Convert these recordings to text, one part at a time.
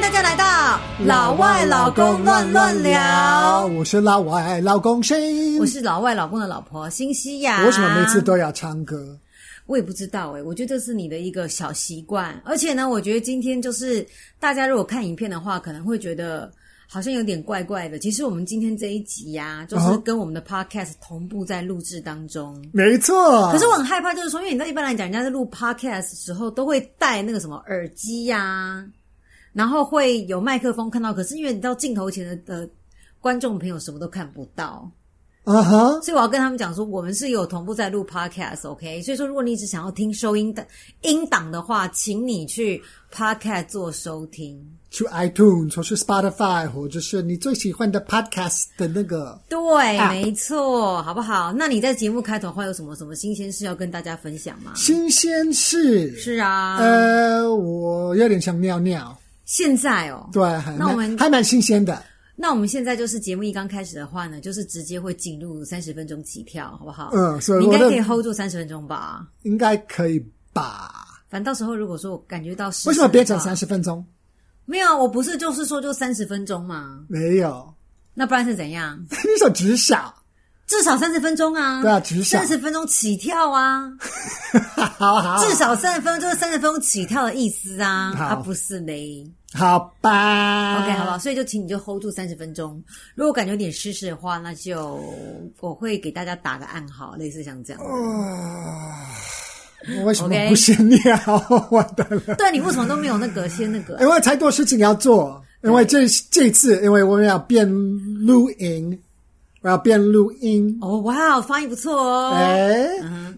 大家来到老外老公乱乱聊，我是老外老公谁？我是老外老公的老婆辛西亚。我为什么每次都要唱歌？我也不知道哎、我觉得这是你的一个小习惯，而且呢，我觉得今天就是大家如果看影片的话，可能会觉得好像有点怪怪的。其实我们今天这一集呀、就是嗯跟我们的 podcast 同步在录制当中。没错，可是我很害怕，就是说，因为你知道，一般来讲，人家在录 podcast 的时候都会戴那个什么耳机呀、然后会有麦克风看到。可是因为你到镜头前的的观众朋友什么都看不到，啊哈，所以我要跟他们讲说，我们是有同步在录 podcast，OK、所以说，如果你只想要听收音的音档的话，请你去 podcast 做收听。去 iTunes 或是 Spotify，或者是你最喜欢的 Podcast 的那个。对，没错，好不好？那你在节目开头会有什么什么新鲜事要跟大家分享吗？新鲜事是啊，呃，我有点想尿尿，现在哦，对，还那我们蛮还蛮新鲜的。那我们现在就是节目一刚开始的话呢，就是直接会进入三十分钟起跳，好不好？嗯所以你应该我的可以 hold 住三十分钟吧。应该可以吧？反正到时候如果说我感觉到失为什么变成事的三话？十分钟？没有，我不是就是说就三十分钟嘛，没有， 那不然是怎样？你手指小，至少三十分钟啊！对啊至少三十分钟起跳啊！好好至少三十分钟就是三十分钟起跳的意思啊！啊好啊啊，不是嘞。好吧 OK，好不好？所以就请你就 hold 住三十分钟。如果感觉有点失事的话，那就我会给大家打个暗号，类似像这样。哦我为什么 OK 不先尿？完蛋了。对啊你为什么都没有那个先那个啊？因为太多事情要做，因为这这次因为我们要变录音，我要变录音，哦，哇，发音不错哦。哎、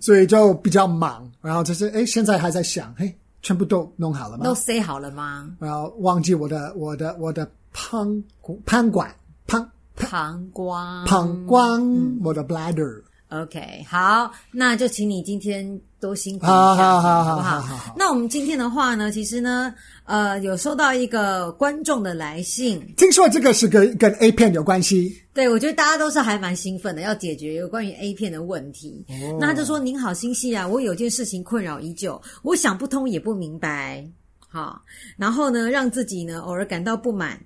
所以就比较忙。然后就是哎，现在还在想，嘿，全部都弄好了吗都 say 好了吗？然后忘记我的我的我的膀膀管膀膀胱。膀胱、我的 bladder。 OK，好，那就请你今天多辛苦一下，好好好好不好好好那我们今天的话呢，其实呢，呃，有收到一个观众的来信，听说这个是跟跟 A 片有关系，对我觉得大家都是还蛮兴奋的，要解决有关于 A 片的问题。哦那他就说：“您好，星系啊，我有件事情困扰已久，我想不通也不明白，好，然后呢，让自己呢偶尔感到不满。”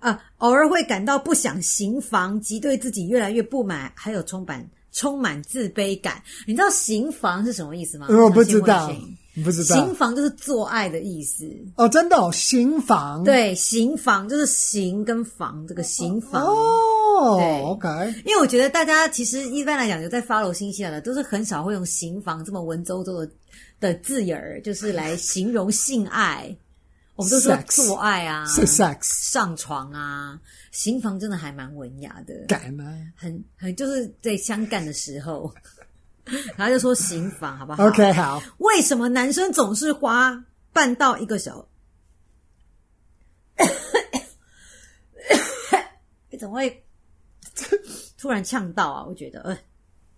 啊，偶尔会感到不想行房及对自己越来越不满，还有充满充满自卑感。你知道行房是什么意思吗？我呃不想先知问道谁，不知道行房就是做爱的意思。哦，真的、哦、刑房对，行房就是行跟房，这个行房。哦对啊，OK，因为我觉得大家其实一般来讲，有在 follow 新西兰的，都是很少会用“刑房”这么文绉绉的的字眼儿，就是来形容性爱。我们都说 Sex 做爱啊，是 sex 上床啊，刑房真的还蛮文雅的，敢啊。很很就是在相干的时候， 然后就说刑房好不好 OK，好，为什么男生总是花半到一个小？ 你怎么会突然呛到啊？我觉得，呃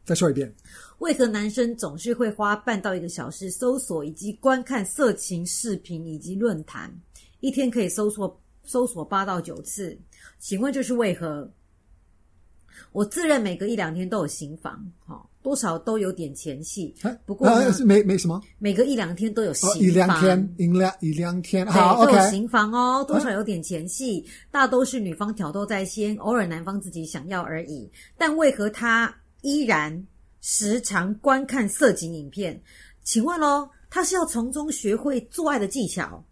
再说一遍。为何男生总是会花半到一个小时搜索以及观看色情视频以及论坛，一天可以搜索搜索八到九次？请问这是为何？我自认每隔一两天都有行房，哈、多少都有点前戏啊。不过呢、啊是没没什么，每隔一两天都有行哦房，，一两天，一两一两天，好对，都有，OK，嗯行房哦，多少有点前戏，大都是女方挑逗在先，偶尔男方自己想要而已。但为何他依然时常观看色情影片？请问喽，他是要从中学会做爱的技巧，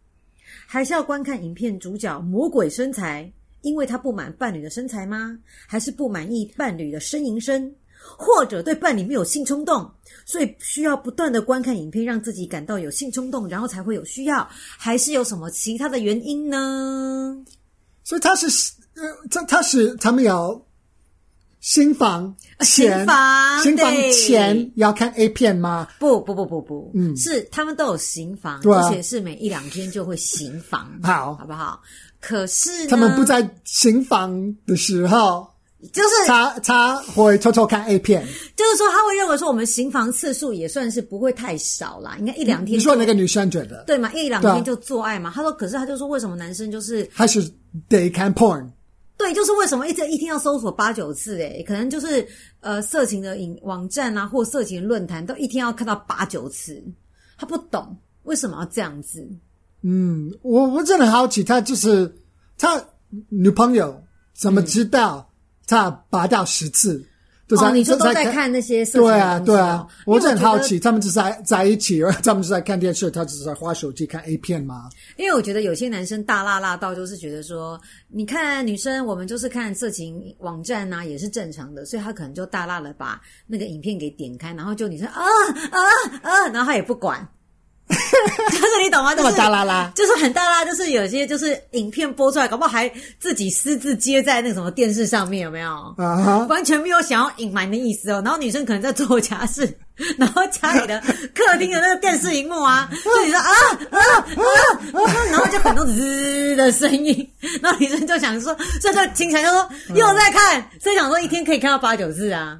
还是要观看影片主角魔鬼身材，因为他不满伴侣的身材吗？还是不满意伴侣的呻吟声？或者对伴侣没有性冲动，所以需要不断的观看影片，让自己感到有性冲动，然后才会有需要，还是有什么其他的原因呢？所以他是呃，他他是他们要新房前新啊房新房对前要看 A 片吗？不不不不不，嗯，是他们都有刑房，对啊而且是每一两天就会刑房，好好不好？可是呢他们不，在新房的时候，就是他他会偷偷看 A 片。就是说，他会认为说我们刑房次数也算是不会太少啦，应该一两你天说那个女生觉得对嘛，一两对啊天就做爱嘛。他说，可是他就说，为什么男生就是还是得看 porn？对，就是为什么一直一天要搜索八九次、欸？可能就是呃，色情的影网站啊，或色情论坛，都一天要看到八九次。他不懂为什么要这样子，嗯，我我真的好奇，他就是他女朋友怎么知道他拔掉十次？就嗯哦，你说都在在看那些色情的对东啊，西对啊哦，我因为真的觉好得奇，他们只是在在一起， 然后他们是在看电视，他只是在划手机看 A 片吗？因为我觉得有些男生大辣辣到就是觉得说，你看啊女生我们就是看色情网站呐、也是正常的，所以他可能就大辣了把那个影片给点开，然后就女生啊啊啊，然后他也不 管， 就是你懂吗？就那么是大啦啦，就是很大啦，就是有些就是影片播出来，搞不好还自己私自接在那个什么电视上面，有没有？啊哈，完全没有想要隐瞒的意思哦。然后女生可能在做家事，然后家里的客厅的那个电视荧幕啊，就你说啊啊啊，啊然后就很多滋的声音，然后女生就想说，所以就经常就说又在看，所以想说一天可以看到八九次啊，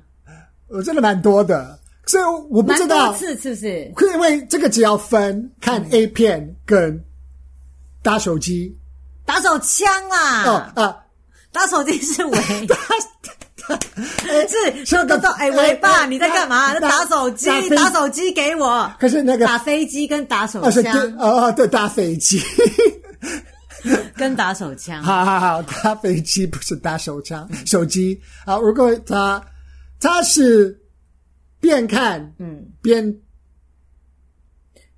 我真的蛮多的，所以我不蛮知多道，次嗯是不是？可因为这个只要分看 A 片跟打手机打手枪啦，哦啊， 打手机是围，是是说豆豆哎喂爸，你在干嘛？在打打手机打飞，打手机给我。可是那个打飞机跟打手啊是对枪，哦哦对打飞机，跟打手 枪。好好好，打飞机不是打手枪，嗯手机啊，如果他他是边看嗯，边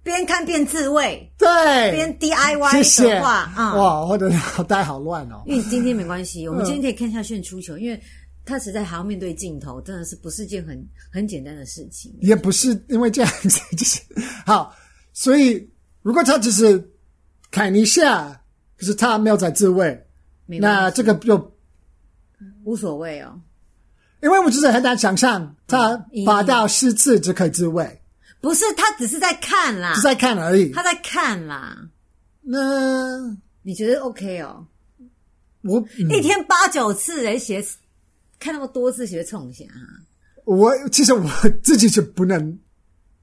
边看边自慰，对边谢 DIY 谢的话啊、哇，嗯我的脑袋好乱哦。因为今天没关系，我们今天可以看一下炫出球，因为他实在还要面对镜头，真的是不是件很很简单的事情。也不是因为这样子，就是好，所以如果他只是砍一下，可是他没有在自卫，没关那系，这个就无所谓哦。因为我只是很难想象他嗯拔到四次就可以自卫，不是，他只是在看啦只，在看而已。啊他在看啦。那你觉得 OK 哦？我、一嗯、天八九次，人写看那么多次，学冲一下啊，我其实我自己就不能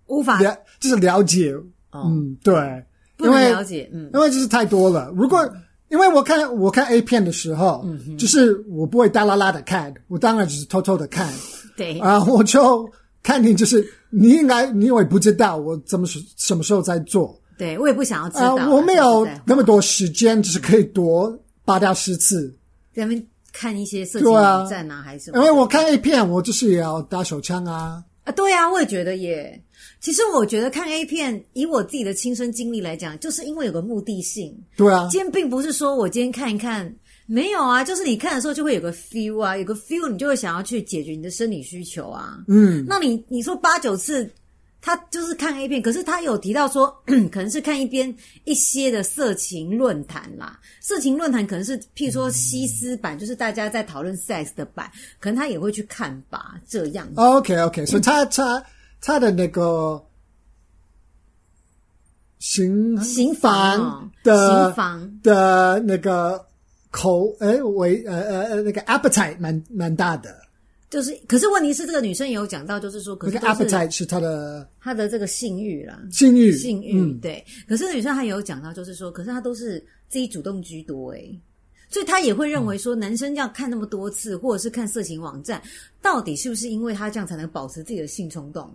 无法了，就是了解，嗯，对，啊哦不因能为了解。嗯，因为就是太多了。如果因为我看我看 A 片的时候，嗯就是我不会大啦啦的看，我当然就是偷偷的 看。对，啊，我就看你就是你应该你也不知道我怎么时什么时候在做对我也不想要知啊道啊，，我没说有实在话那么多时间，就是可以多八到十次，在那边看一些色情对啊网站啊，还是什么因为我看 A 片，我就是也要打手枪啊，啊，对啊，我也觉得耶。其实我觉得看 A 片，以我自己的亲身经历来讲，就是因为有个目的性。对啊，今天并不是说我今天看一看，没有啊，就是你看的时候就会有个 feel 啊，有个 feel 你就会想要去解决你的生理需求啊。嗯，那你你说八九次，他就是看 A 片，可是他有提到说， 可能是看一边一些的色情论坛啦，色情论坛可能是譬如说西斯版，就是大家在讨论 sex 的版，可能他也会去看吧，这样子。 OK OK，所以嗯他他他的那个刑刑房哦的刑房的那个口哎为呃呃呃那个 appetite 蛮蛮大的，就是，可是问题是这个女生也有讲到，就是说，可那是个都是 appetite 是他的嗯她的这个性欲啦，性欲性欲、对。可是女生她也有讲到，就是说，可是她都是自己主动居多诶、所以她也会认为说，男生这样看那么多次，或者是看色情网站，到底是不是因为他这样才能保持自己的性冲动？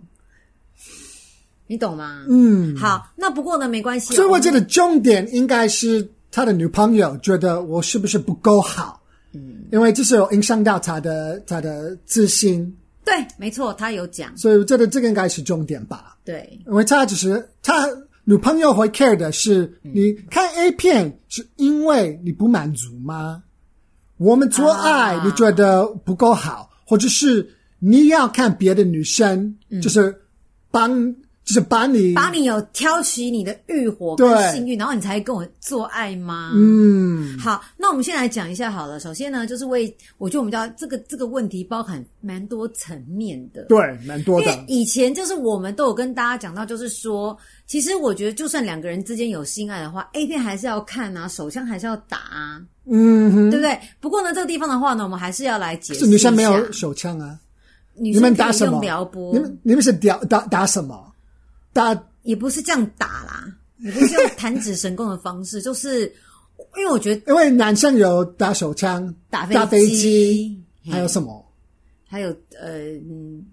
你懂吗？嗯。好，那不过呢，没关系哦，所以我觉得重点应该是他的女朋友觉得我是不是不够好，嗯，因为这是有影响到他的他的自信，对，没错，她有讲，所以我觉得这个应该是重点吧，对，因为他只是他女朋友会 care 的是，你嗯看 A 片是因为你不满足吗？我们做爱啊你觉得不够好，或者是你要看别的女生，就是帮就是把你把嗯你有挑起你的欲火对跟性欲，然后你才跟我做爱吗？嗯，好，那我们先来讲一下好了。首先呢，就是为我觉得我们叫这个这个问题包含蛮多层面的。对蛮多因的为， 以前就是我们都有跟大家讲到，就是说，其实我觉得就算两个人之间有性爱的话，A 片还是要看啊，手枪还是要打啊，嗯哼。对不对？不过呢，这个地方的话呢，我们还是要来解释是一下。女生没有手枪啊？女你生们可以打什么用？撩拨你们你们是打打打什么？打也不是这样打 啦，也不是用弹指神功的方式，就是因为我觉得因为男生有打手枪、打 打飞机，机还有什么？还有呃嗯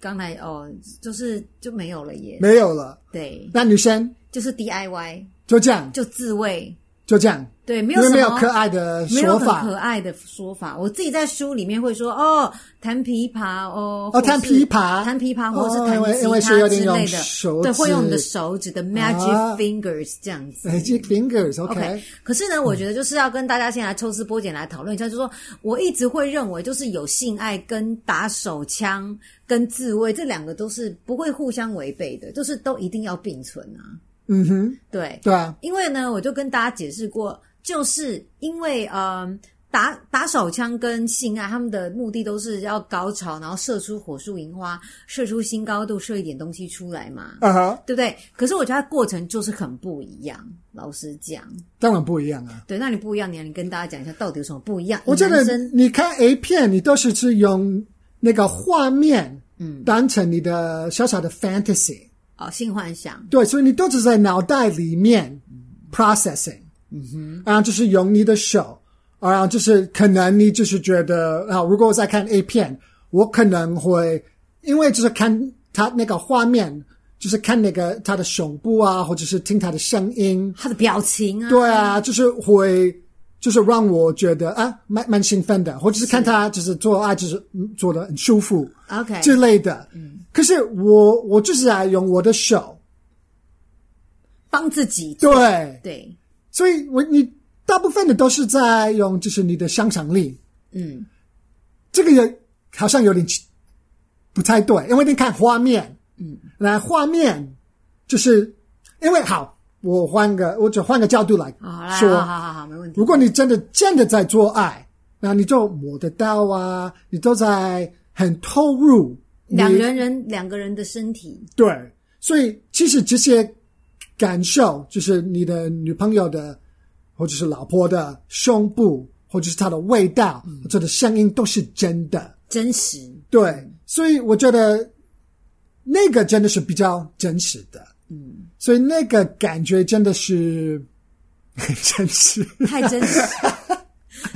刚才哦，就是就没有了耶。没有了。对，那女生就是 DIY，就这样，就自慰，就这样，对，没因为什没有么可爱的没有说很法。可爱的说法。我自己在书里面会说哦，弹琵琶哦，哦或是弹琵琶弹琵琶，或者是哦弹因为吉因为他是有之点用类手的，对，会用你的指手指的 magic 啊 fingers 这样子。 Magic fingers，OK，、 OK，可是呢，我觉得就是要跟大家先来抽丝剥茧来讨论一下，就是说我一直会认为，就是有性爱跟打手枪跟自慰这两个都是不会互相违背的，就是都一定要并存啊。嗯哼，对，对啊，因为呢，我就跟大家解释过，就是因为嗯、呃打打手枪跟性爱，他们的目的都是要高潮，然后射出火树银花，射出新高度，射一点东西出来嘛，啊哈，对不对？可是我觉得它过程就是很不一样，老实讲。当然不一样啊。对，那你不一样，你你跟大家讲一下到底有什么不一样？我觉男得生你看 A 片，你都是是用那个画面，嗯，当成你的小小的 fantasy，、哦，性幻想，对，所以你都是在脑袋里面 processing，嗯哼，然后就是用你的手，然后就是可能你就是觉得啊，如果我在看 A 片，我可能会因为就是看他那个画面，就是看那个他的胸部啊，或者是听他的声音，他的表情啊，对啊，就是会，就是让我觉得啊，蛮蛮兴奋的，或者是看他就是做爱，就是嗯做的很舒服，OK，之类的。可是我我就是在用我的手，帮自己做对，对，所以我你大部分的都是在用，就是你的想象力，嗯，这个也好像有点奇不太对，因为你看画面，嗯，来画面就是因为好，我换个我只换个角度来哦好啦，说，好好好好，没问题如。果你真的真的在做爱，那你就摸得到啊，你都在很投入。你两人人两个人的身体，对，所以其实这些感受，就是你的女朋友的，或者是老婆的胸部，或者是她的味道，或者的声音，都是真的。真实，对，所以我觉得那个真的是比较真实的。嗯，所以那个感觉真的是 真实。太真 实，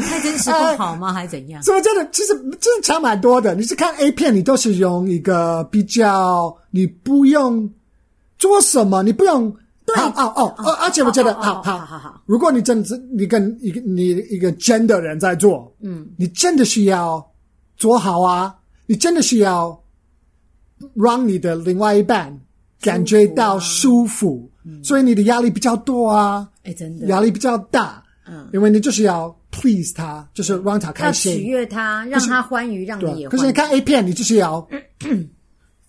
太真实不好吗？还怎样？所以真的，其实真的差蛮多的。你是看 A 片，你都是用一个比较，你不用做什么，你不用。对哦哦哦哦！而且我觉得，哦哦好哦好好好好，如果你真的是你跟一个你一个真的人在做，嗯，你真的是要做好啊，你真的是要让你的另外一半感觉到舒服，所以你的压力比较多啊，哎，真压的，力比较大，嗯，因为你就是要 please 他，就是让他开要心，取悦他，让他欢愉，让你对，也可是欢愉。你看 A 片，你就是 要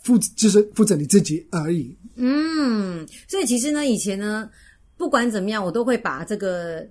负，就是负责你自己而已。嗯，所以其实呢，以前呢，不管怎么样，我都会把这个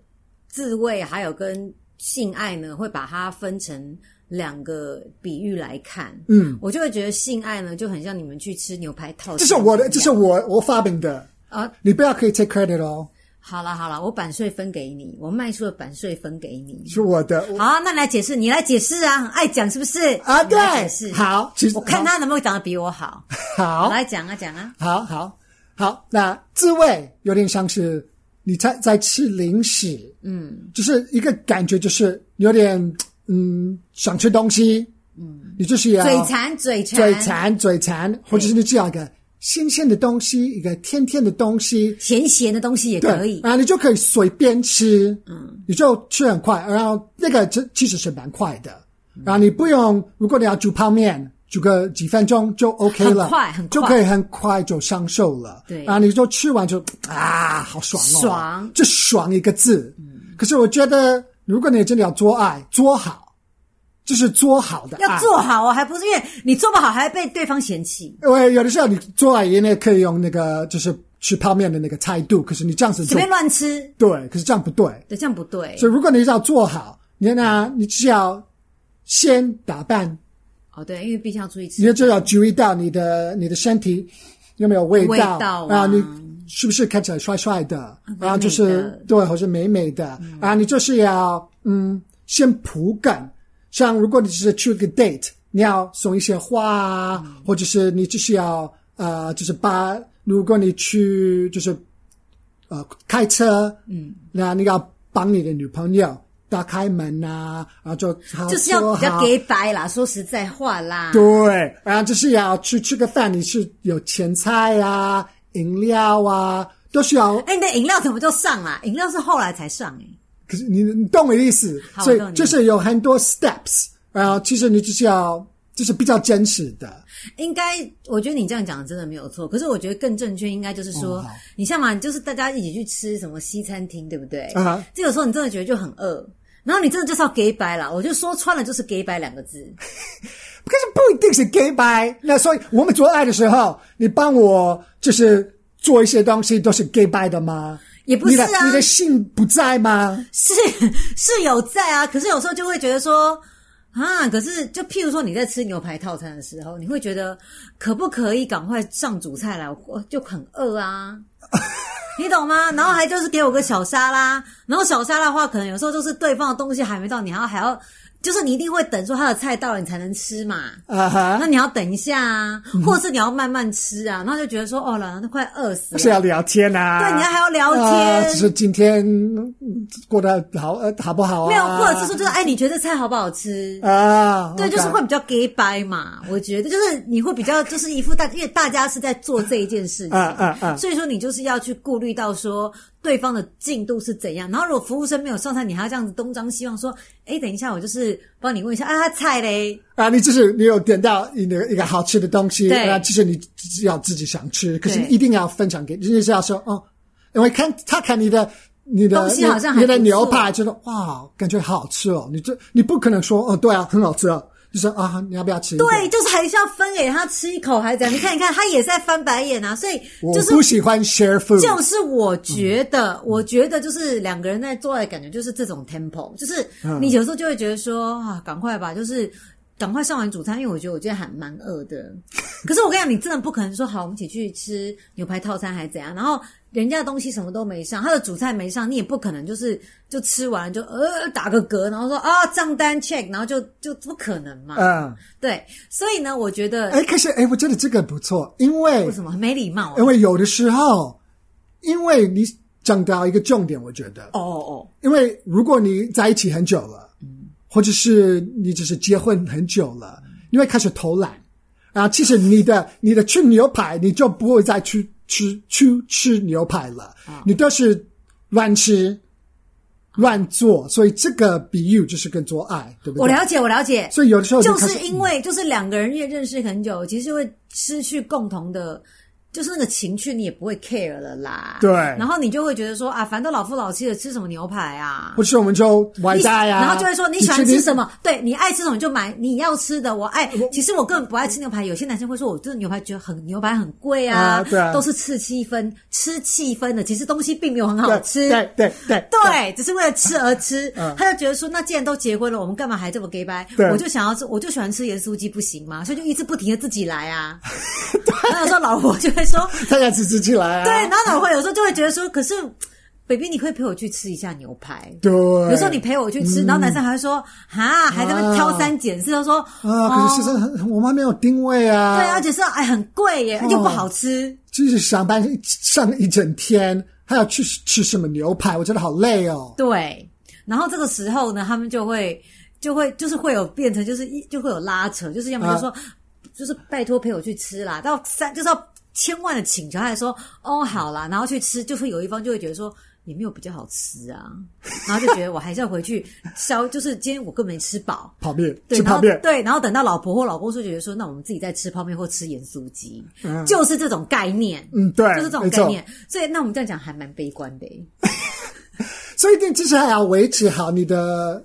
自慰还有跟性爱呢，会把它分成两个比喻来看。嗯，我就会觉得性爱呢，就很像你们去吃牛排套餐一样。这是我的，这是我我发明的，啊，你不要可以 take credit 哦，好了好了，我版税分给你，我卖出的版税分给你。是我的。我好啊，那你来解释，你来解释啊，很爱讲是不是？啊，你来解释对，，好，其实我看他能不能讲的比我好。好，来讲啊讲啊，好好好，那滋味有点像是你在在吃零食，嗯，就是一个感觉，就是有点嗯想吃东西，嗯，你就是要嘴馋嘴馋嘴，馋嘴馋，或者是你只要一个新鲜的东西，一个甜甜的东西，咸咸的东西也对，可以。然后你就可以随便吃，嗯，你就吃很快，然后那个其其实是蛮快的，嗯然后你不用，如果你要煮泡面，煮个几分钟就 OK 了，很快很快就可以很快就享受了，对然后你就吃完就啊，好爽哦，爽嗯就爽一个字，可是我觉得，如果你真的要做爱，做好，就是做好的爱， 要做好哦，还不是因为你做不好还被对方嫌弃，因为有的时候你做爱也那可以用那个就是吃泡面的那个态度，可是你这样子随做便乱吃，对，可是这样不对。对，这样不对。所以如果你要做好，你呢，你只要先打扮，哦，对，因为毕竟要出去你吃，就要注意到你的你的身体有没有味道，味道啊然后你是不是看起来帅帅的，美美的嗯然后就是对，或是美美的，然后你就是要嗯，先铺梗。像如果你只是去个 date，你要送一些花啊，嗯或者是你就是要呃，就是把如果你去就是呃开车，嗯，那你要帮你的女朋友打开门呐、然后就好就是要说比较好给白啦，说实在话啦。对，然后就是要去吃个饭，你是有前菜啊、饮料啊，都需要。哎、你的饮料怎么就上啦？饮料是后来才上哎、可是你你懂我的意思，好所以我懂你就是有很多 steps，然后其实你就是要就是比较真实的，应该，我觉得你这样讲真的没有错。可是我觉得更正确，应该就是说，嗯好你像嘛，就是大家一起去吃什么西餐厅，对不对？啊哈这有时候你真的觉得就很饿，然后你真的就是要 gay 白啦。我就说穿了就是 gay 白两个字，可是不一定是 gay 白。那所以我们做爱的时候，你帮我就是做一些东西，都是 gay 白的吗？也不是啊你的你的性不在吗？是 是有在啊。可是有时候就会觉得说。啊！可是，就譬如说你在吃牛排套餐的时候，你会觉得可不可以赶快上主菜来？我就很饿啊， 你懂吗？然后还就是给我个小沙拉，然后小沙拉的话，可能有时候就是对方的东西还没到，你还要还要，就是你一定会等说他的菜到了你才能吃嘛。啊 哈，那你要等一下啊，或者是你要慢慢吃啊，然后就觉得说哦，老娘都快饿死是了。要聊天啊。对，你还要聊天，啊，就是今天嗯过得好呃好不好啊？没有，或者是说就是哎，你觉得这菜好不好吃？啊，对， OK 就是会比较 gay 掰 嘛，我觉得就是你会比较就是一副大，因为大家是在做这一件事情，嗯嗯嗯所以说你就是要去顾虑到说对方的进度是怎样，然后如果服务生没有上菜，你还要这样子东张西望说，哎，等一下我就是帮你问一下，啊，他菜嘞，啊，你就是你有点到一个一个好吃的东西，对啊，其实你只是要自己想吃，可是对一定要分享给，就是要说哦，因为看他看你的。你的东西好像你还你的不错牛排，觉得哇，感觉好好吃哦。你这你不可能说哦，对啊，很好吃哦，就说啊，你要不要吃一点？对，就是还是要分给他吃一口，还是怎样？你看，你看，他也在翻白眼啊，所以我就是不喜欢 share food。就是我觉得，我觉得就是两个人在做爱，感觉就是这种 tempo，就是你有时候就会觉得说啊，赶快吧，就是赶快上完主餐，因为我觉得我今天还蛮饿的。可是我跟你讲，你真的不可能说好，我们一起去吃牛排套餐还怎样，然后人家的东西什么都没上，他的主菜没上，你也不可能就是就吃完就呃打个嗝，然后说啊账单 check，然后就就不可能嘛。嗯，对，所以呢，我觉得哎，可是哎，我觉得这个不错，因为为什么很没礼貌啊、因为有的时候，因为你讲到一个重点，我觉得，哦哦哦，因为如果你在一起很久了，或者是你只是结婚很久了，你会开始偷懒，啊，其实你的你的吃牛排，你就不会再去吃去吃牛排了，啊你都是乱吃乱做，所以这个比喻就是跟做爱，对不我对？了解，我了解。所以有的时候就开是始因为就是两个人越认识很久，其实会失去共同的，就是那个情趣，你也不会 care 了啦。对然后你就会觉得说啊，反正都老夫老妻了，吃什么牛排啊或？者是我们就外你在呀、啊然后就会说你喜欢你吃什么？对你爱吃什么就买你要吃的。我爱，其实我根本不爱吃牛排。有些男生会说，我这牛排觉得很牛排很贵啊，啊对啊都是吃气氛，吃气氛的。其实东西并没有很好对吃，对对 对对，只是为了吃而吃嗯。他就觉得说，那既然都结婚了，我们干嘛还这么 gay 掰 对？我就想要吃，我就喜欢吃盐酥鸡，不行吗？所以就一直不停的自己来 啊。然后有时候老婆就会说，大家吃吃起来、啊， 对，然后老婆有时候就会觉得说，可是，baby，你可以陪我去吃一下牛排。对，有时候你陪我去嗯吃，然后男生还会说哈，还在那边挑三拣四，他说啊，可是哦是很，我们还没有定位啊。对，而且是哎很贵哦耶，又不好吃。就是上班上一整天，还要去吃什么牛排，我觉得好累哦。对，然后这个时候呢，他们就会就会就是会有变成就是一就会有拉扯，就是要么就说、啊就是拜托陪我去吃啦，到三就是要千万的请求，他还说哦好啦，然后去吃，就会有一方就会觉得说。也没有比较好吃啊，然后就觉得我还是要回去消，就是今天我根本没吃饱，泡面对，吃然泡后面，对，然后等到老婆或老公就觉得说，那我们自己再吃泡面或吃盐酥鸡，嗯就是这种概念，嗯对就是这种没错概念，所以那我们这样讲还蛮悲观的耶、欸所以你至少还要维持好你的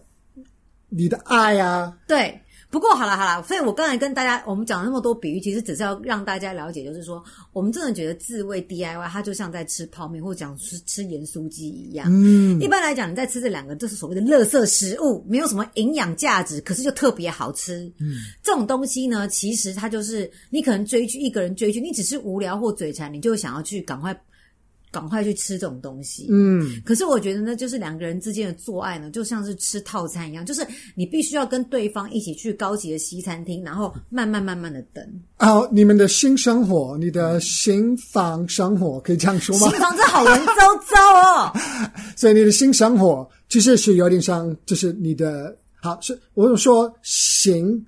你的爱啊。对，不过好了好了，所以我刚才跟大家我们讲了那么多比喻，其实只是要让大家了解，就是说我们真的觉得自慰 DIY 它就像在吃泡面或讲吃吃盐酥鸡一样。嗯，一般来讲，你在吃这两个就是所谓的垃圾食物，没有什么营养价值，可是就特别好吃。嗯，这种东西呢，其实它就是你可能追剧一个人追剧，你只是无聊或嘴馋，你就想要去赶快。赶快去吃这种东西，嗯，可是我觉得呢，就是两个人之间的做爱呢，就像是吃套餐一样，就是你必须要跟对方一起去高级的西餐厅，然后慢慢慢慢的等。哦，你们的新生活，你的新房生活，可以这样说新吗？房子好文绉绉哦， 所以你的新生活其实是有点像，就是你的好是我说行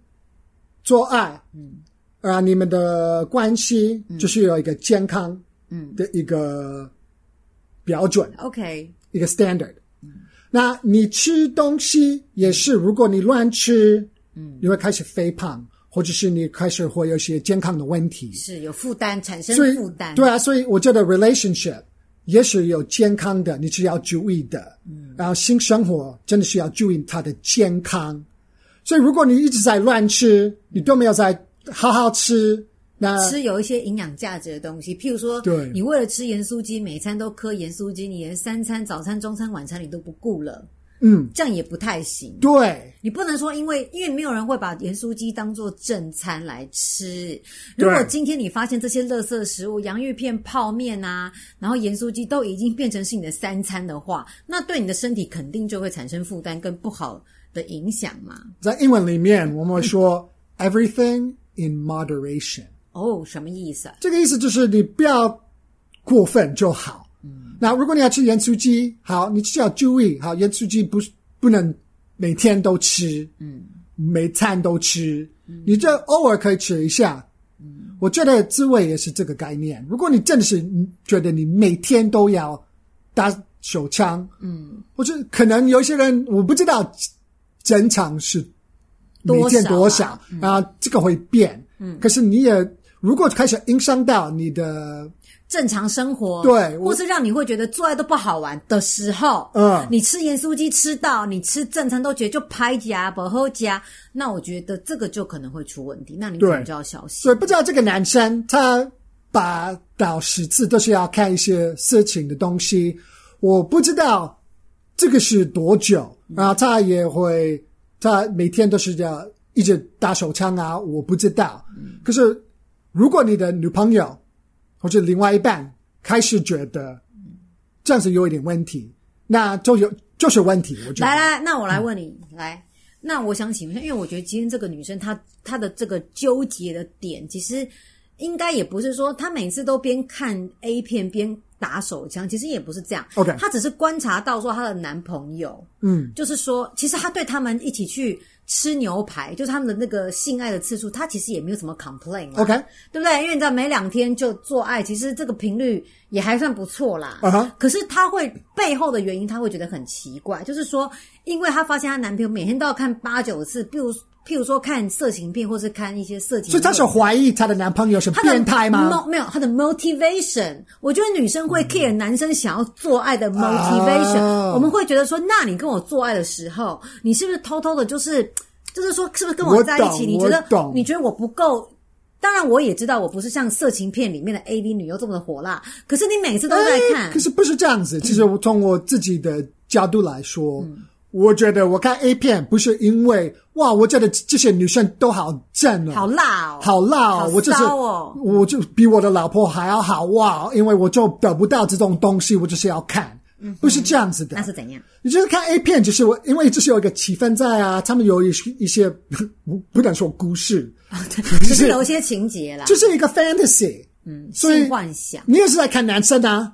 做爱，嗯，啊，你们的关系就是有一个健康，嗯的一个标准， OK，一个 standard。那你吃东西也是，如果你乱吃，嗯，你会开始肥胖，或者是你开始会有一些健康的问题。是有负担，产生所以负担，对啊，所以我觉得 relationship 也许有健康的，你是要注意的。嗯，然后新生活真的是要注意它的健康。所以如果你一直在乱吃，你都没有在好好吃，那吃有一些营养价值的东西，譬如说，对你为了吃盐酥鸡，每餐都磕盐酥鸡，你连三餐、早餐、中餐、晚餐你都不顾了，嗯，这样也不太行。对你不能说因为因为没有人会把盐酥鸡当做正餐来吃。如果对今天你发现这些垃圾食物，洋芋片、泡面啊，然后盐酥鸡都已经变成是你的三餐的话，那对你的身体肯定就会产生负担跟不好的影响嘛。在英文里面我们会说 everything in moderation。哦，什么意思啊？这个意思就是你不要过分就好。嗯，那如果你要吃盐酥鸡，好，你就要注意，好，盐酥鸡不是不能每天都吃，嗯，每餐都吃，你这偶尔可以吃一下。嗯，我觉得滋味也是这个概念。如果你真的是觉得你每天都要打手枪，嗯，或者可能有一些人我不知道正常是每天多多少少啊啊，这个会变。嗯，可是你也如果开始影响到你的，正常生活，对我或是让你会觉得做爱都不好玩的时候，嗯你吃盐酥鸡吃到你吃正餐都觉得就拍夹不后夹，那我觉得这个就可能会出问题，那你可对能就要小心所以。不知道这个男生他八到十次都是要看一些色情的东西，我不知道这个是多久，嗯然后他也会他每天都是这样一直打手枪啊，我不知道。嗯可是如果你的女朋友或者另外一半开始觉得这样子有一点问题，那就有就是问题，我觉得来来，那我来问你，来，那我想请问一下，因为我觉得今天这个女生她她的这个纠结的点，其实应该也不是说她每次都边看 A 片边打手枪，其实也不是这样。 OK 她只是观察到说她的男朋友，嗯，就是说，其实她对他们一起去吃牛排，就是他们的那个性爱的次数，她其实也没有什么 complain、啊。 OK 对不对？因为你知道每两天就做爱，其实这个频率也还算不错啦。啊哈可是她会背后的原因，她会觉得很奇怪，就是说，因为她发现她男朋友每天都要看八九次，譬如譬如说看色情片，或是看一些色情，所以她是怀疑她的男朋友是她的变态吗？嗯 mo- 没有，她的 motivation，我觉得女生会 care 男生想要做爱哦的 motivation，、啊我们会觉得说，那你跟我做爱的时候，你是不是偷偷的，就是就是说，是不是跟我我在一起？懂你觉我得懂你觉得我不够？当然，我也知道我不是像色情片里面的 A V 女优这么的火辣，可是你每次都在看哎嗯可，是不是这样子？其实我从我自己的角度来说，我觉得我看 A 片不是因为哇，我觉得这些女生都好正哦，好辣哦，好辣好哦，我就是骚哦我就比我的老婆还要好哇，因为我就得不到这种东西，我就是要看，不是这样子的嗯那。是怎样？你就是看 A 片，就是我，因为就是有一个气氛在啊，他们有一些一些 不能说故事，啊只是是有一些情节啦，就是一个 fantasy，嗯，所以性幻想。你也是在看男生啊，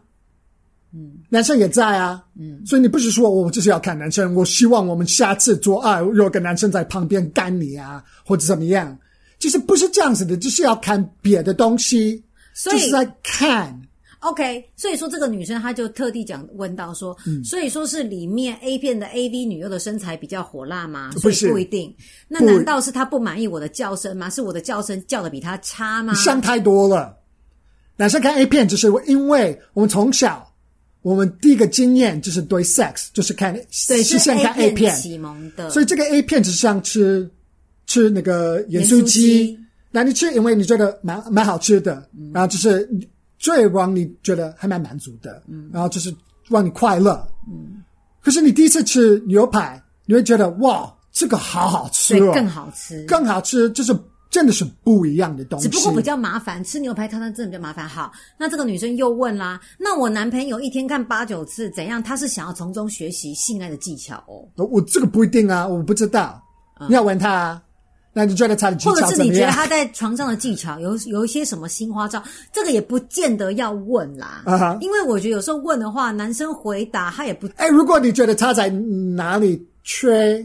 嗯，男生也在啊，嗯，所以你不是说我就是要看男生，我希望我们下次做爱有个男生在旁边干你啊，或者怎么样，其实不是这样子的，就是要看别的东西，所以就是在看， OK，所以说这个女生她就特地讲问到说，嗯所以说是里面 A 片的 AV 女优的身材比较火辣吗？不所以是不一定。那不难道是她不满意我的叫声吗？是我的叫声叫的比她差吗？想太多了。男生看 A 片，就是因为我们从小，我们第一个经验就是对 sex，就是看对，是是先看 A 片，启蒙的，所以这个 A 片只是像吃吃那个盐酥盐酥鸡鸡，嗯那你吃因为你觉得蛮蛮好吃的，然后就是最让你觉得还蛮满足的，嗯然后就是让你快乐。可是你第一次吃牛排，你会觉得哇，这个好好吃对哦，更好吃。更好吃，就是真的是不一样的东西。只不过比较麻烦，吃牛排套餐真的比较麻烦。好，那这个女生又问啦，那我男朋友一天看八九次，怎样？他是想要从中学习性爱的技巧哦。我这个不一定啊，我不知道，你要问他啊。那你觉得他的技嗯或者巧是怎你么觉得样？他在床上的技巧有有一些什么新花招，这个也不见得要问啦啊哈因为我觉得有时候问的话，男生回答他也不哎，如果你觉得他在哪里缺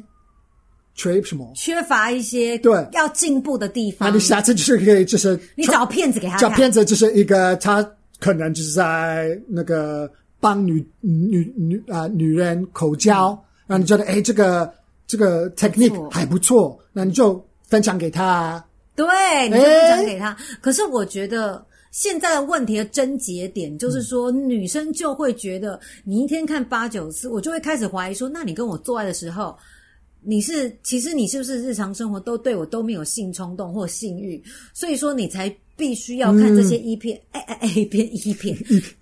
缺什么，缺乏一些对要进步的地那方你，下次就是可以就是嗯你找骗子给他找看，骗子就是一个他可能就是在那个帮女女女啊、女人口交，然后你觉得哎这个这个 technique 还不错，那你就分享给他。对，你就不讲给他。可是我觉得现在的问题的症结点就是说，女生就会觉得你一天看八九次，我就会开始怀疑说，那你跟我做爱的时候。你是其实你是不是日常生活都对我都没有性冲动或性欲，所以说你才必须要看这些 E 片、哎哎 A 片 E 片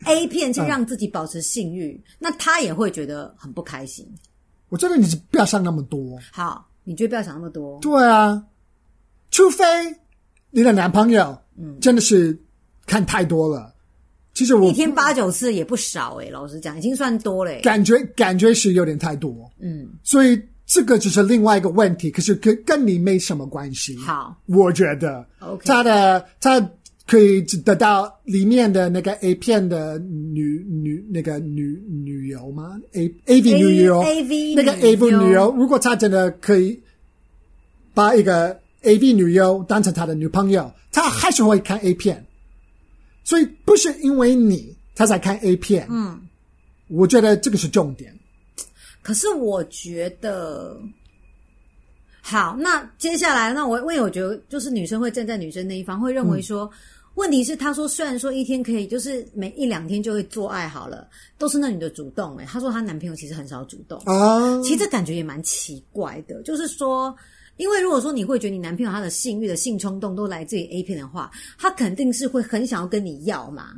A 片去让自己保持性欲，那他也会觉得很不开心。我觉得你不要想那么多，好，你就不要想那么多。对啊，除非你的男朋友嗯真的是看太多了。其实我一天八九次也不少诶、老实讲，已经算多了、欸。感觉感觉是有点太多，嗯，所以这个就是另外一个问题，可是跟跟你没什么关系。好，我觉得 OK 他的他可以得到里面的那个 A 片的女女那个女女优吗？A A V 女优 AV 那个女 A V 优女优，如果他真的可以把一个 A V 女优当成他的女朋友，他还是会看 A 片，所以不是因为你他在看 A 片，嗯，我觉得这个是重点。可是我觉得，好，那接下来，那我因为我觉得，就是女生会站在女生那一方，会认为说，问题是她说，虽然说一天可以，就是每一两天就会做爱好了，都是那女的主动、欸。哎，她说她男朋友其实很少主动，啊，其实这感觉也蛮奇怪的，就是说。因为如果说你会觉得你男朋友他的性欲的性冲动都来自于 A 片的话，他肯定是会很想要跟你要嘛，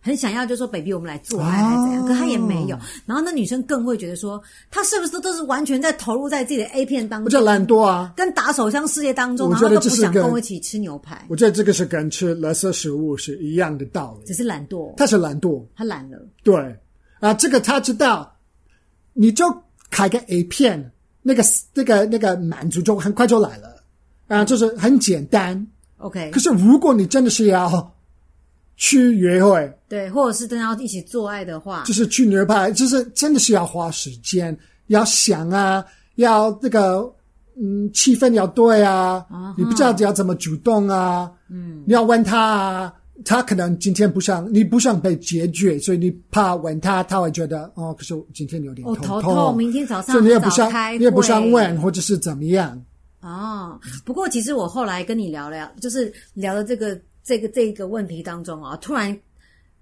很想要就说 baby 我们来做爱还是怎样，哦可他也没有。然后那女生更会觉得说，他是不是都是完全在投入在自己的 A 片当我觉中，得懒惰啊，跟打手枪世界当中，我然觉后得他都这不是想个跟我一起吃牛排，我觉得这个是跟吃垃圾食物是一样的道只理，是懒惰，他是懒惰，他懒了。对啊，这个他知道，你就开个 A 片，那个那个那个满足就很快就来了啊，就是很简单。 OK，可是如果你真的是要去约会，对，或者是真的要一起做爱的话就，是去牛排，就是真的是要花时间，要想啊，要那个嗯气氛要对啊啊哈你不知道要怎么主动啊，嗯，你要问他啊，他可能今天不想，你不想被解决，所以你怕问他，他会觉得哦，可是我今天有点哦，头头痛，明天早上所以你也很不早想开，你也不会想问，或者是怎么样，哦，不过其实我后来跟你聊聊，就是聊的这个这个这个问题当中啊，突然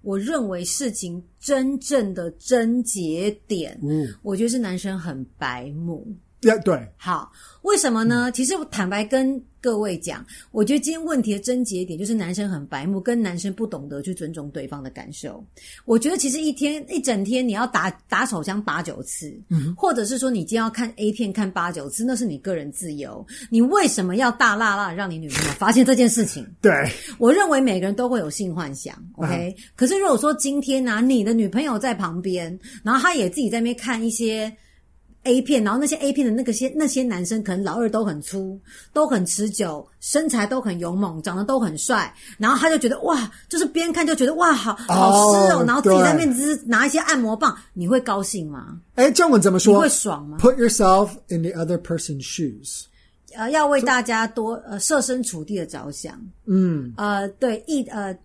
我认为事情真正的症结点，嗯，我觉得是男生很白目。要对，好，为什么呢？其实我坦白跟各位讲，我觉得今天问题的症结点就是男生很白目，跟男生不懂得去尊重对方的感受。我觉得其实一天一整天你要打打手枪八九次，或者是说你今天要看 A 片看八九次，那是你个人自由。你为什么要大辣辣让你女朋友发现这件事情？对，我认为每个人都会有性幻想，OK、可是如果说今天呢、你的女朋友在旁边，然后她也自己在那边看一些 A 片，然后那些 A 片的那个些那些男生可能老二都很粗，都很持久，身材都很勇猛，长得都很帅，然后她就觉得哇，就是边看就觉得哇，好好湿哦哦然后自己对在那边只拿一些按摩棒，你会高兴吗？哎，中文怎么你说会爽吗？ ？Put yourself in the other person's shoes，呃，要为大家多呃设身处地的着想，嗯，呃，对，一呃，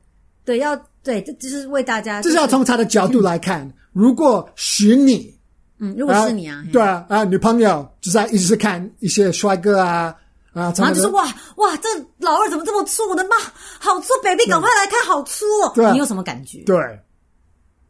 对，要对，这就是为大家，这是要从他的角度来看，如果是你。嗯，如果是你啊，嘿对啊，啊，女朋友就在一直是看一些帅哥啊啊，然他后们就是哇哇，这老二怎么这么粗？我的妈，好粗，baby，赶快来看，好粗哦！对你有什么感觉？对，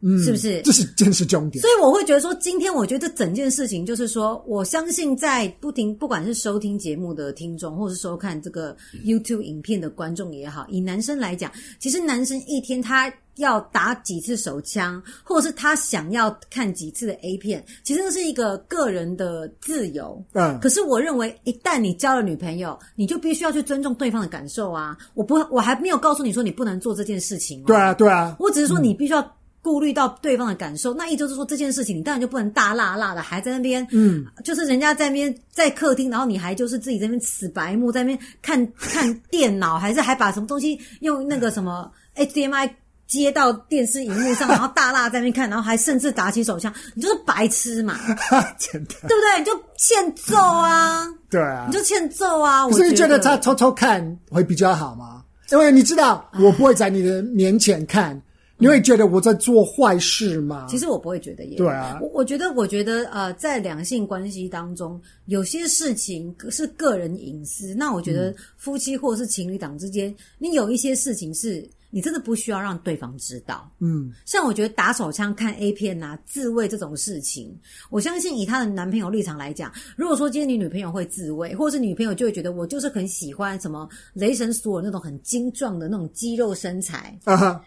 嗯是不是？这是真是重点所。以我会觉得说，今天我觉得这整件事情就是说，我相信在不停，不管是收听节目的听众，或是收看这个嗯 YouTube 影片的观众也好，以男生来讲，其实男生一天他要打几次手枪，或者是他想要看几次的 A 片，其实这是一个个人的自由。嗯可是我认为，一旦你交了女朋友，你就必须要去尊重对方的感受啊！我不，我还没有告诉你说你不能做这件事情、哦。对啊，对啊， 我只是说你必须要顾虑到对方的感受。那一周就说这件事情，你当然就不能大辣辣的，还在那边，嗯，就是人家在那边在客厅，然后你还就是自己在那边死白目，在那边 看看电脑，还是还把什么东西用那个什么 HDMI 接到电视荧幕上，然后大辣在那边看，然后还甚至打起手枪，你就是白痴嘛，真的，对不对？你就欠揍啊，对啊你。就欠揍啊！我所以你觉觉得他偷偷看会比较好吗？因为你知道，我不会在你的面前看，你会觉得我在做坏事吗？嗯其实我不会觉得耶。啊对啊我我觉得，我觉得呃，在两性关系当中，有些事情是个人隐私。那我觉得嗯夫妻或是情侣档之间，你有一些事情是你真的不需要让对方知道。嗯，像我觉得打手枪、看 A 片呐、自慰这种事情，我相信以她的男朋友立场来讲，如果说今天你女朋友会自慰，或是女朋友就会觉得我就是很喜欢什么雷神索尔那种很精壮的那种肌肉身材，啊哈，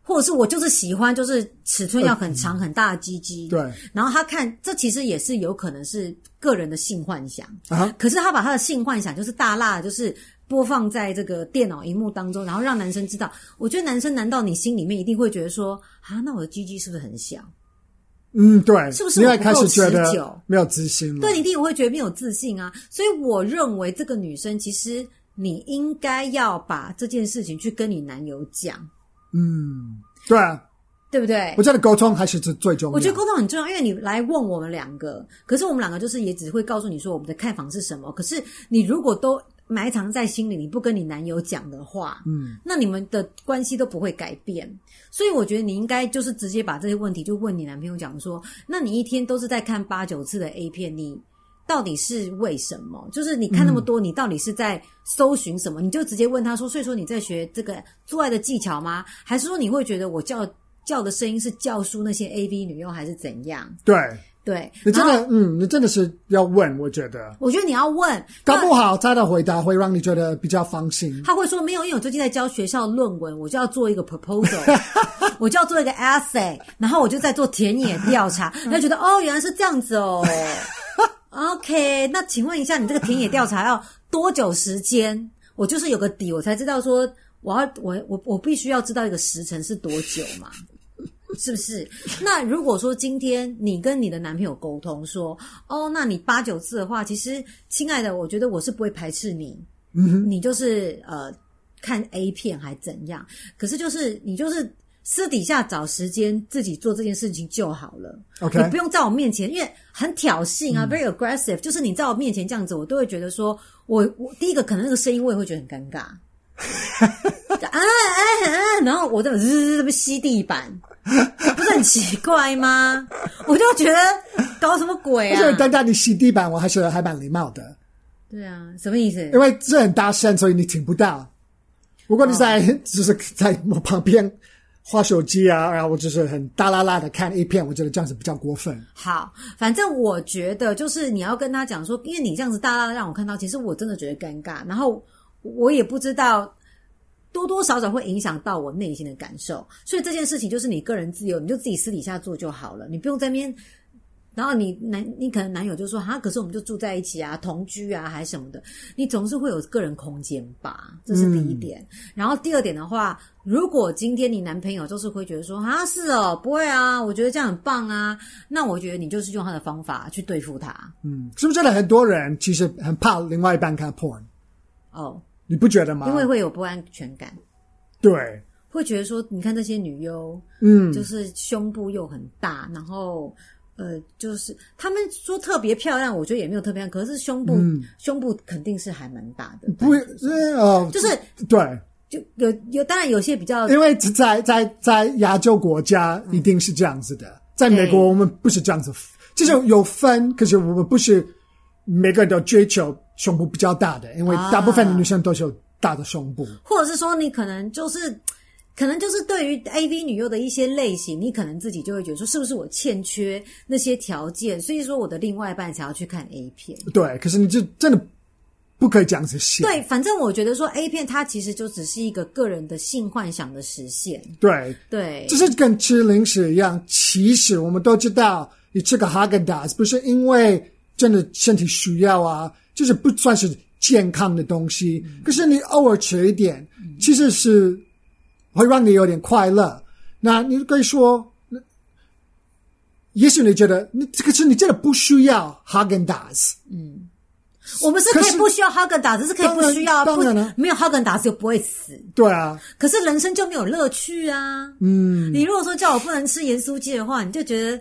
或者是我就是喜欢，就是尺寸要很长很大的鸡鸡。对，然后他看，这其实也是有可能是个人的性幻想。啊哈，可是他把他的性幻想就是大辣，就是播放在这个电脑荧幕当中，然后让男生知道。我觉得男生难道你心里面一定会觉得说啊，那我的鸡鸡是不是很小？嗯，对，是不是你我会不开够始觉持久得没有自信了？对你一定会觉得没有自信啊。所以我认为这个女生其实你应该要把这件事情去跟你男友讲，嗯，对啊，对不对我？觉得沟通还是最最重要。我觉得沟通很重要，因为你来问我们两个，可是我们两个就是也只会告诉你说我们的看法是什么。可是你如果都埋藏在心里，你不跟你男友讲的话，嗯，那你们的关系都不会改变。所以我觉得你应该就是直接把这些问题就问你男朋友讲说，那你一天都是在看八九次的 A 片，你。到底是为什么？就是你看那么多，你到底是在搜寻什么？你就直接问他说：“所以说你在学这个做爱的技巧吗？还是说你会觉得我叫叫的声音是教书那些 A V 女优，还是怎样？”对对，你真然后的，嗯，你真的是要问，我觉得我觉得你要问，搞不好他的回答会让你觉得比较放心。他会说没有，因为我最近在教学校论文，我就要做一个 proposal，我就要做一个 essay，然后我就在做田野调查，然后觉得哦，原来是这样子哦。OK，那请问一下，你这个田野调查要多久时间？我就是有个底，我才知道说我要我我我必须要知道一个时辰是多久嘛。是不是？那如果说今天你跟你的男朋友沟通说，哦，那你八九次的话，其实亲爱的，我觉得我是不会排斥你，嗯你就是呃看 A 片还怎样？可是就是你就是私底下找时间自己做这件事情就好了。 OK 嗯你不用在我面前，因为很挑衅啊、v e r y aggressive，就是你在我面前这样子，我都会觉得说我我第一个可能那个声音我也会觉得很尴尬。就啊啊啊！然后我在日日不吸地板，不是很奇怪吗？我就觉得搞什么鬼 而且啊！单单你洗地板，我还是还蛮礼貌的。对啊，什么意思？因为这很大声，所以你听不到。如果你在、哦 就是在我旁边划手机啊，然后我就是很大啦啦的看 A 片，我觉得这样子比较过分。好，反正我觉得就是你要跟他讲说，因为你这样子大大的让我看到，其实我真的觉得尴尬，然后我也不知道。多多少少会影响到我内心的感受，所以这件事情就是你个人自由，你就自己私底下做就好了，你不用在那边。然后你男，你可能男友就说哈，可是我们就住在一起啊，同居啊，还什么的，你总是会有个人空间吧，这是第一点。然后第二点的话，如果今天你男朋友就是会觉得说啊，是哦，不会啊，我觉得这样很棒啊，那我觉得你就是用他的方法去对付他嗯，是不是真的很多人其实很怕另外一半看 porn？哦，你不觉得吗？因为会有不安全感，对，会觉得说，你看这些女优，嗯，就是胸部又很大，然后呃，就是他们说特别漂亮，我觉得也没有特别漂亮，可是胸部、胸部肯定是还蛮大的，嗯不是哦，就是对，就有有，当然有些比较因为在在在亚洲国家一定是这样子的，在美国对我们不是这样子，就是有分，可是我们不是每个人都追求胸部比较大的，因为啊大部分的女生都是有大的胸部。或者是说你可能就是。可能就是对于 A V 女优的一些类型，你可能自己就会觉得说，是不是我欠缺那些条件，所以说我的另外一半才要去看 A 片。对，可是你就真的不可以这样子写。对，反正我觉得说 A 片它其实就只是一个个人的性幻想的实现。对，对，就是跟吃零食一样，其实我们都知道，你吃个哈根达斯不是因为真的身体需要啊，就是不算是健康的东西。可是你偶尔吃一点，其实是会让你有点快乐。那你可以说也许你觉得你这个是你真的不需要 Hagen Dazs，我们是可可以是不需要哈根达斯，是可以不需要啊，当然不当然啊没有哈根达斯就不会死。对啊，可是人生就没有乐趣啊。嗯，你如果说叫我不能吃盐酥鸡的话，你就觉得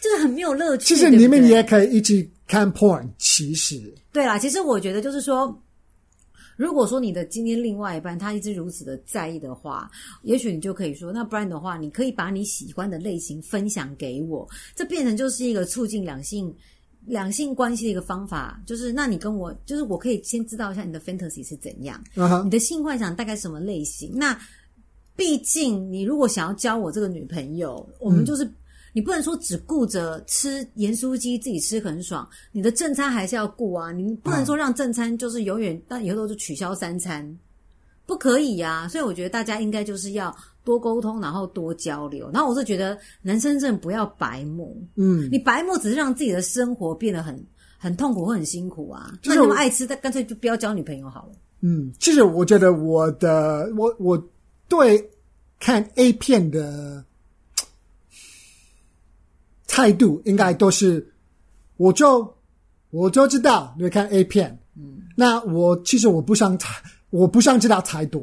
就是很没有乐趣。其实对不你们对也可以一起看 porn，其实对啦，其实我觉得就是说，如果说你的今天另外一半他一直如此的在意的话，也许你就可以说，那不然的话，你可以把你喜欢的类型分享给我，这变成就是一个促进两性。两性关系的一个方法，就是那你跟我，就是我可以先知道一下你的 fantasy 是怎样，啊哈你的性幻想大概什么类型？那毕竟你如果想要交我这个女朋友，我嗯们就是、你不能说只顾着吃盐酥鸡自己吃很爽，你的正餐还是要顾啊，你不能嗯说让正餐就是永远，但以后都是取消三餐，不可以呀、所以我觉得大家应该就是要多沟通，然后多交流。然后我是觉得男生真的不要白目，嗯，你白目只是让自己的生活变得很。很痛苦或很辛苦啊！就是那你们我爱吃，但干脆就不要交女朋友好了。嗯，其实我觉得我的我我对看 A 片的态度应该都是，我就我就知道你看 A 片，嗯，那我其实我不想太我不想知道太多，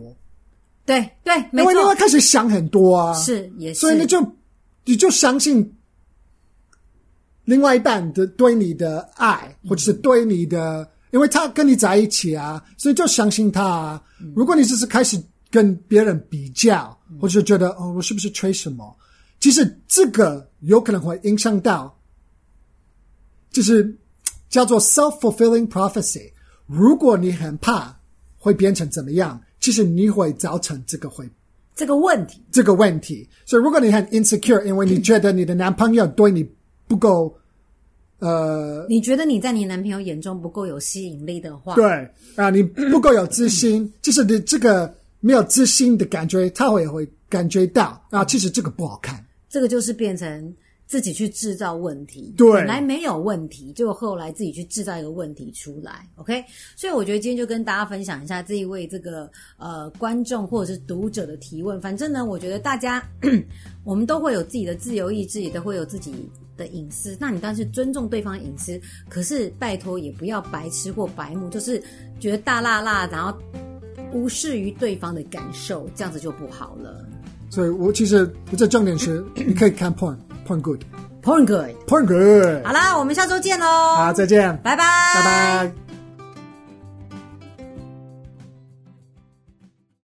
对对，没因为你会错，开始想很多啊，，是也是，所以你就你就相信另外一半的对你的爱，嗯或者是对你的，因为他跟你在一起啊，所以就相信他啊。嗯如果你只是开始跟别人比较，或者是觉得哦，我是不是缺什么，其实这个有可能会影响到，就是嘖叫做 self fulfilling prophecy。如果你很怕会变成怎么样，其实你会造成这个会这个问题，这个问题。所以如果你很 insecure，因为你觉得你的男朋友对你不够，呃，你觉得你在你男朋友眼中不够有吸引力的话，对啊，你不够有自信，就是你这个没有自信的感觉，他会会感觉到啊，其实这个不好看。这个就是变成自己去制造问题。对本来没有问题，就后来自己去制造一个问题出来。OK，所以我觉得今天就跟大家分享一下这一位这个呃观众或者是读者的提问。反正呢，我觉得大家 我们都会有自己的自由意志，也都会有自己。的隐私，那你当然是尊重对方的隐私，可是拜托也不要白痴或白目，就是觉得大辣辣，然后无视于对方的感受，这样子就不好了。所以我其实这重点是，你可以看 porn，porn good，porn Point good。 good。好啦，我们下周见喽，好，再见，拜拜，拜拜。